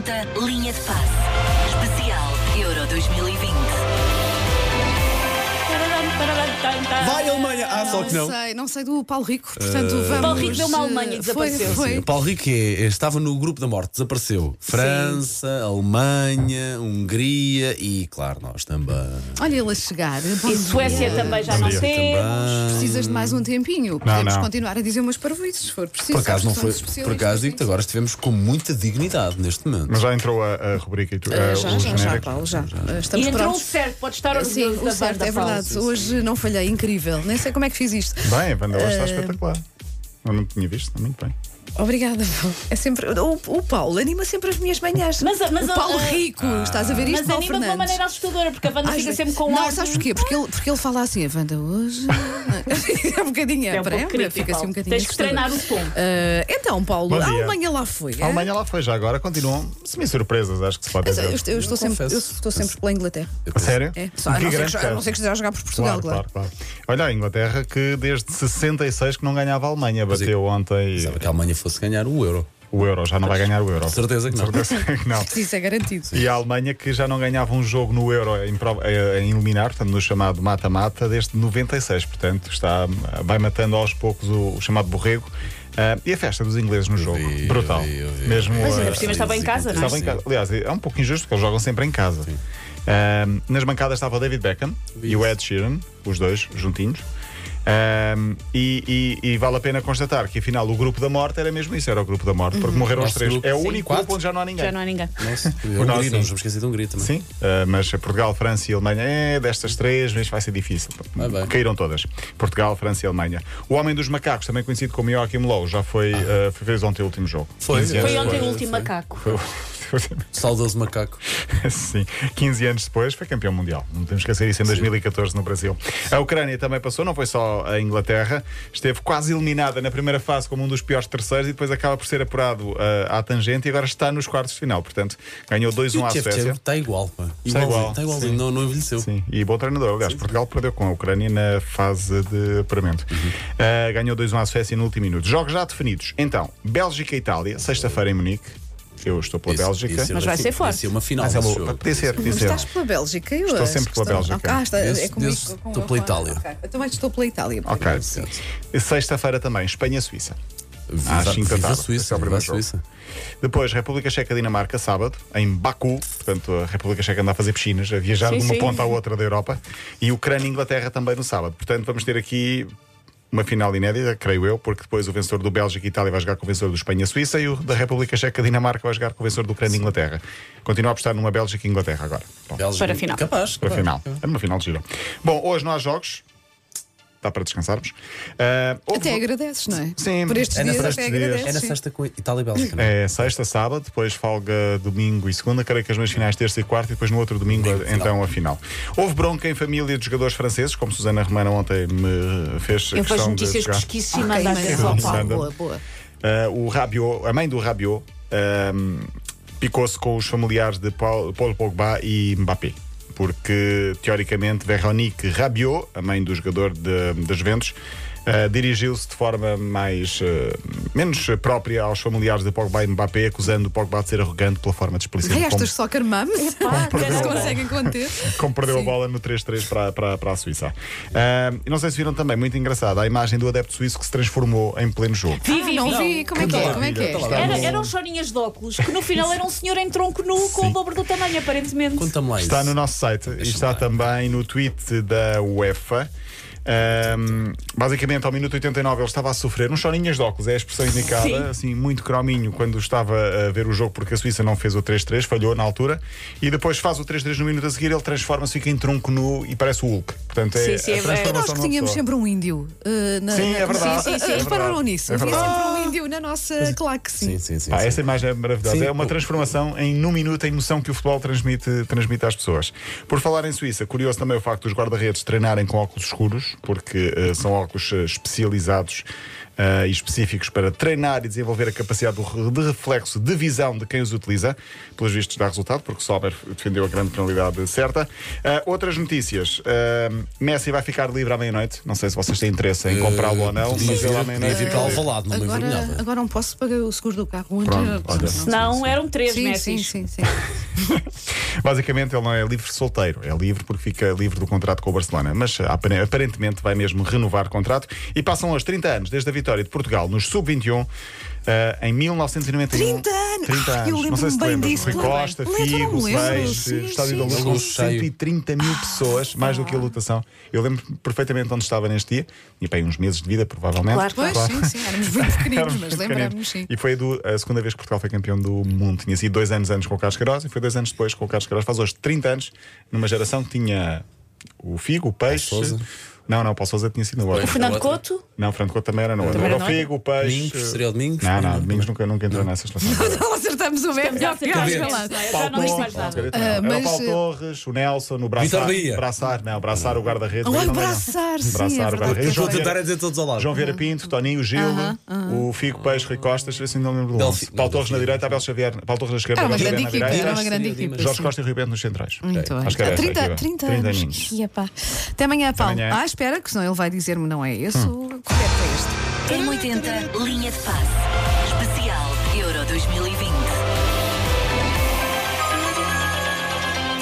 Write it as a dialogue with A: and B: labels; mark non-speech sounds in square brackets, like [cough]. A: apresenta Linha de Passe. Especial Euro 2020.
B: Vai, Alemanha! Ah, só que não. Eh,
C: sei, não sei do Paulo Rico, portanto vamos.
D: Paulo Rico deu uma Alemanha e
C: Foi,
D: desapareceu.
C: Foi,
B: O Paulo Rico é- estava no grupo da morte, desapareceu. França, Alemanha, Hungria e, claro, nós também.
C: Olha ele a chegar. Bom
D: E
C: dia.
D: Suécia também já não
B: Hungria
D: temos.
B: também.
C: Precisas de mais um tempinho. Podemos
E: não.
C: continuar a dizer umas parvoízes, se for preciso.
B: Por acaso não
C: Somos
B: foi.
C: especialistas
B: Por acaso digo-te,
C: nisso.
B: agora estivemos com muita dignidade neste momento.
E: Mas já entrou a, a rubrica e tu, a-
C: Ah, Já,
E: o
C: já, já,
E: genérico.
C: Paulo, já. Ah,
D: E
C: Estamos
D: entrou o
C: prontos.
D: certo, pode estar orgulhoso
C: Sim,
D: da
C: o certo,
D: banda,
C: é
D: Paulo.
C: verdade. Hoje não falhei, incrível. Nem sei como é que fiz isto.
E: Bem, a banda hoje
C: Eh,
E: está espetacular. Eu não tinha visto, está muito bem.
C: Obrigada, Paulo. É sempre... o, o Paulo anima sempre as minhas manhãs.
D: Mas a- mas
C: o
D: a-
C: Paulo
D: a-
C: Rico, estás a
B: Ah.
C: ver isto,
D: Mas anima de uma
C: Paulo Fernandes?
D: maneira assustadora, porque a banda
C: Às
D: fica
C: vezes-
D: sempre com
C: Não,
D: ar de-
C: sabes porquê? Porque ele, porque ele fala assim, a Wanda hoje. é [laughs] um bocadinho
D: É um pouco
C: ébria,
D: crítico,
C: fica assim um
D: Paulo.
C: bocadinho.
D: Tens que treinar o
C: assustador.
D: tom.
C: Ah, então, Paulo,
E: Bom
C: a
E: dia.
C: Alemanha lá foi.
E: A
C: é?
E: Alemanha lá foi já agora, continuam semi-surpresas, acho que se pode
C: Mas Eu,
E: dizer.
C: eu estou sempre, eu
B: confesso.
C: estou sempre pela Inglaterra.
E: A sério?
C: É, só, a, não ser que, jo- a não ser que esteja a jogar por Portugal,
E: Claro,
C: claro.
E: claro, claro. Olha, a Inglaterra que desde 66 que não ganhava a Alemanha,
B: é.
E: bateu ontem
B: Pensava que a Alemanha fosse ganhar o euro.
E: o euro, já não vai ganhar o euro.
B: Certeza que não.
E: Certeza que não.
B: [laughs]
C: Isso é garantido.
E: E a Alemanha que já não ganhava um jogo no Euro em, prova- eh, em eliminar, portanto, no chamado mata-mata, desde 96. Portanto, está, eh, vai matando aos poucos o, o chamado borrego. Ah, e a festa dos ingleses no jogo,
B: vi, eu
E: brutal.
B: vi, eu vi.
E: Mesmo
D: Mas ainda
E: ah,
D: por cima estava em casa, não é?
E: Estava em casa. Aliás, é um pouco injusto porque eles jogam sempre em casa. Ahm, nas bancadas estava o David Beckham e o Ed Sheeran, os dois juntinhos. Ahm, e, e- e vale a pena constatar que afinal o grupo da morte era mesmo isso, era o grupo da morte, porque morreram os
B: Nosso
E: três.
B: grupo.
E: é o
B: Sim,
E: único
B: quatro.
E: grupo onde já não há ninguém.
D: Uhum. Já não há ninguém.
B: Nossa, Hungria,
E: nós,
B: não nos
E: sim.
B: vamos esquecer de Hungria também.
E: Sim, eh, mas Portugal, França e Alemanha, é destas três, mas vai ser difícil.
B: Ah, bem.
E: Caíram todas. Portugal, França e Alemanha. O Homem dos Macacos, também conhecido como Joachim Low, já foi, eh, foi- fez ontem o último jogo.
B: Ah. Foi,
E: 15 anos
D: Foi ontem o
E: depois.
D: último macaco.
B: Saudoso macaco.
E: [laughs] Sim, 15 anos depois foi campeão mundial. Não temos que esquecer isso em 2014 no Brasil. A Ucrânia também passou, não foi só a Inglaterra. Esteve quase eliminada na primeira fase como um dos piores terceiros e depois acaba por ser apurado eh, à tangente e agora está nos quartos de final. Portanto, ganhou
B: E
E: 2-1
B: o é
E: à
B: Tchevchev
E: Suécia.
B: está igual, pá.
E: Está igual,
B: Está igualzinho,
E: sim.
B: não, não envelheceu.
E: Sim, e bom treinador. Aliás, Portugal perdeu com a Ucrânia na fase de apuramento.
B: Uhum.
E: Uh, ganhou 2-1 à Suécia no último minuto. Jogos já definidos. Então, Bélgica e Itália, sexta-feira em Munique. Eu estou pela
B: Isso-
E: Bélgica.
B: isso é
D: Mas vai
B: uma-
D: ser forte.
B: Vai ser uma final.
E: Mas é
B: desse
E: uma-
B: jogo.
E: podia ser, podia
C: Mas
E: ser.
C: estás pela Bélgica? Eu
E: é Estou
C: acho
E: sempre
C: que
E: pela
C: estou-
E: Bélgica.
C: Ah, está, é
B: Eu-
C: comigo.
B: eu
C: com-
B: estou pela
C: com-
B: Itália.
C: Ok, Eu também estou pela Itália. por
E: Ok.
C: acaso.
E: Sexta-feira também, Espanha-Suíça.
B: Viva,
E: Às cinco
B: viva
E: da
B: a
E: tarde. Ah, Esse
B: Suíça,
E: é o
B: viva a
E: primeiro jogo.
B: Suíça.
E: Depois, República Checa-Dinamarca, sábado, em Baku. Portanto, a República Checa anda a fazer piscinas, a viajar
D: Sim,
E: de uma
D: sim.
E: ponta à outra da Europa. E Ucrânia e Inglaterra também no sábado. Portanto, vamos ter aqui uma final inédita, creio eu, porque depois o vencedor do Bélgica e Itália vai jogar com o vencedor do Espanha-Suíça e o da República Checa-Dinamarca vai jogar com o vencedor do Ucrânia e Inglaterra. Continua a apostar numa Bélgica e Inglaterra agora. Bom,
B: Bélgica.
D: Para a final.
B: Capaz.
E: para a
B: capaz.
E: final. É uma final de giro. Bom, hoje não há jogos. Dá para descansarmos. Ah, houve-
C: Até agradeces, não é?
E: Sim.
C: Por estes
E: É na
C: dias
E: sexta
C: até
E: dias.
C: agradeces.
B: É na
C: sim.
B: sexta com Itália e Bélgica. não é?
E: É sexta, sábado, depois folga domingo e segunda, creio que as meias finais terça e quarta, e depois no outro domingo,
B: Domingo,
E: então a final. Houve bronca em família de jogadores franceses, como Susana Romana ontem me fez
D: Eu
E: questão
D: vejo notícias
E: de jogar.
D: pesquisíssimas
C: Ok,
D: às
C: mas-
D: vezes
E: Paulo.
D: ao
C: Boa,
D: Paulo.
C: boa, boa.
E: Ah, o Rabiot, a mãe do Rabiot, ahm, picou-se com os familiares de Paul, Paul Pogba e Mbappé. Porque, teoricamente, Veronique Rabiot, a mãe do jogador de- das Juventus, ah, dirigiu-se de forma mais ah, menos própria aos familiares de Pogba e Mbappé, acusando o Pogba de ser arrogante pela forma displicente
C: Ai,
E: como-
C: estas soccer mums.
D: caramba.
C: [laughs] Se conseguem conter.
E: como perdeu a bola no 3-3 para, para, para a Suíça. Ah, e não sei se viram também, muito engraçado, a imagem do adepto suíço que se transformou em pleno jogo.
D: Vi,
C: Ah,
D: vi,
C: não
D: vi.
C: vi. Como é que é? Como é que é?
B: Maravilha.
D: Era- eram chorinhas de óculos que no final era um senhor em tronco nu com o dobro do tamanho, aparentemente.
B: Conta-me lá isso.
E: Está no nosso site e está também no tweet da UEFA. Ahm, basicamente, ao minuto 89, ele estava a sofrer uns chorinhas de óculos, é a expressão indicada,
D: Sim.
E: assim, muito crominho quando estava a ver o jogo, porque a Suíça não fez o 3-3, falhou na altura, e depois faz o 3-3 no minuto a seguir, ele transforma-se, fica em tronco nu e parece o Hulk. Portanto, é
D: Sim, sim,
E: a
D: é-
E: transformação
C: E nós
E: de
C: que
E: uma
C: tínhamos
E: pessoa.
C: sempre um índio. uh, na,
E: Sim,
C: na-
E: é verdade.
D: Sim, sim, sim.
E: É
C: Repararam
E: verdade.
C: nisso?
E: É
C: Havia
E: verdade.
C: sempre um índio na nossa claque, sim.
B: Sim, sim, sim.
E: Pá,
B: sim.
E: essa imagem é maravilhosa.
B: Sim,
E: é uma
B: o-
E: transformação em num minuto a emoção que o futebol transmite, transmite às pessoas. Por falar em Suíça, curioso também o facto dos guarda-redes treinarem com óculos escuros, porque eh, são óculos eh, especializados eh, e específicos para treinar e desenvolver a capacidade do re- de reflexo de visão de quem os utiliza. Pelos vistos, dá resultado, porque Sommer defendeu a grande penalidade certa. Eh, outras notícias: Eh, Messi vai ficar livre à meia-noite. Não sei se vocês têm interesse
B: Eh,
E: em comprá-lo ou não,
B: podia
E: mas ele é à
B: vir- podia
E: meia-noite.
B: vir
E: fica
B: para
E: livre.
B: Alvalade, não me lembro de
C: Agora,
B: nada.
C: agora não posso pagar o seguro do carro.
E: Pronto,
C: Não,
E: olha.
C: não.
E: Se
D: Não, eram três
C: Sim,
D: Messis.
C: sim, sim, sim.
E: Basicamente, ele não é livre solteiro, é livre porque fica livre do contrato com o Barcelona. Mas eh, apare- aparentemente vai mesmo renovar o contrato. E passam os 30 anos desde a vitória de Portugal nos Sub-21. eh, em 1991.
C: 30 anos.
E: 30
C: Ai, eu
E: um. anos. Não sei
C: lembro-me
E: se te
C: bem
E: lembras.
C: disso,
E: Rui
C: tudo bem.
E: Costa,
C: Lembro-me,
E: Figo,
C: lembro-me,
E: Seixas,
C: sim,
E: Estádio da
C: sim, sim.
E: Luz,
C: Ah,
E: com
B: Cheio.
E: 130 mil pessoas, mais do que a lotação. Eu lembro perfeitamente onde estava neste dia. E bem, uns meses de vida, provavelmente.
D: Claro,
C: Pois, sim, sim. Éramos muito pequeninos,
E: [laughs] Éramos
C: mas
E: pequeninos.
C: lembramos, sim.
E: E foi a do- a segunda vez que Portugal foi campeão do mundo. Tinha sido dois anos antes com o Carlos Queiroz e foi dois anos depois com o Carlos Queiroz. Faz hoje 30 anos, numa geração que tinha o Figo, o Peixe.
B: Sousa.
E: Não, não, o Paulo Sousa tinha sido no
D: O
E: outro.
D: Fernando
B: Outra.
D: Couto?
E: Não, o Fernando Couto também era no outro.
D: Também
E: Era
D: era
E: o
D: no
E: Figo, o Peixe.
B: Domingos, seria o Domingos?
E: Não, não, Domingos nunca, nunca entrou nessa seleção.
C: Acertamos o mesmo.
D: Já sei,
B: Cabeça.
D: já não diz mais nada.
E: Era o
C: mas,
E: Paulo
C: eh,
E: Torres, o Nelson, o
B: Vitor
E: Braçar.
B: Bahia.
E: Braçar, não, Braçar o guarda-redes.
C: Olha,
E: Não, não, não.
C: Braçar, sim, é
E: Braçar o
C: verdade.
E: guarda-redes.
B: Estou
E: João
B: a tentar
E: Vieira-
B: é dizer todos ao lado.
E: João Vieira Pinto, Toninho Gil,
C: Uhum. Aham,
E: o Figo Peixe, Rui Costa, assim não lembro do
B: Delphi-
E: lance.
B: não,
E: Paulo Torres na
B: Delphi-
E: direita, Abel Xavier, Paulo Torres na esquerda,
C: Era uma
E: Abel
C: grande
E: Xavier
C: equipa,
E: na
C: era
E: direita,
C: é uma grande
B: Dimas.
C: equipa.
E: Jorge
C: sim.
E: Costa e Rui Bento nos centrais.
C: Muito bem.
E: Acho que era
C: Há
E: essa
C: 30,
E: a equipa.
C: 30
E: 30
C: anos.
E: aninhos.
C: Ia, pá. Até amanhã, Paulo.
E: amanhã.
C: Ah, espera, que senão ele vai dizer-me não é esse. o correto é este.
A: M80, linha de passe.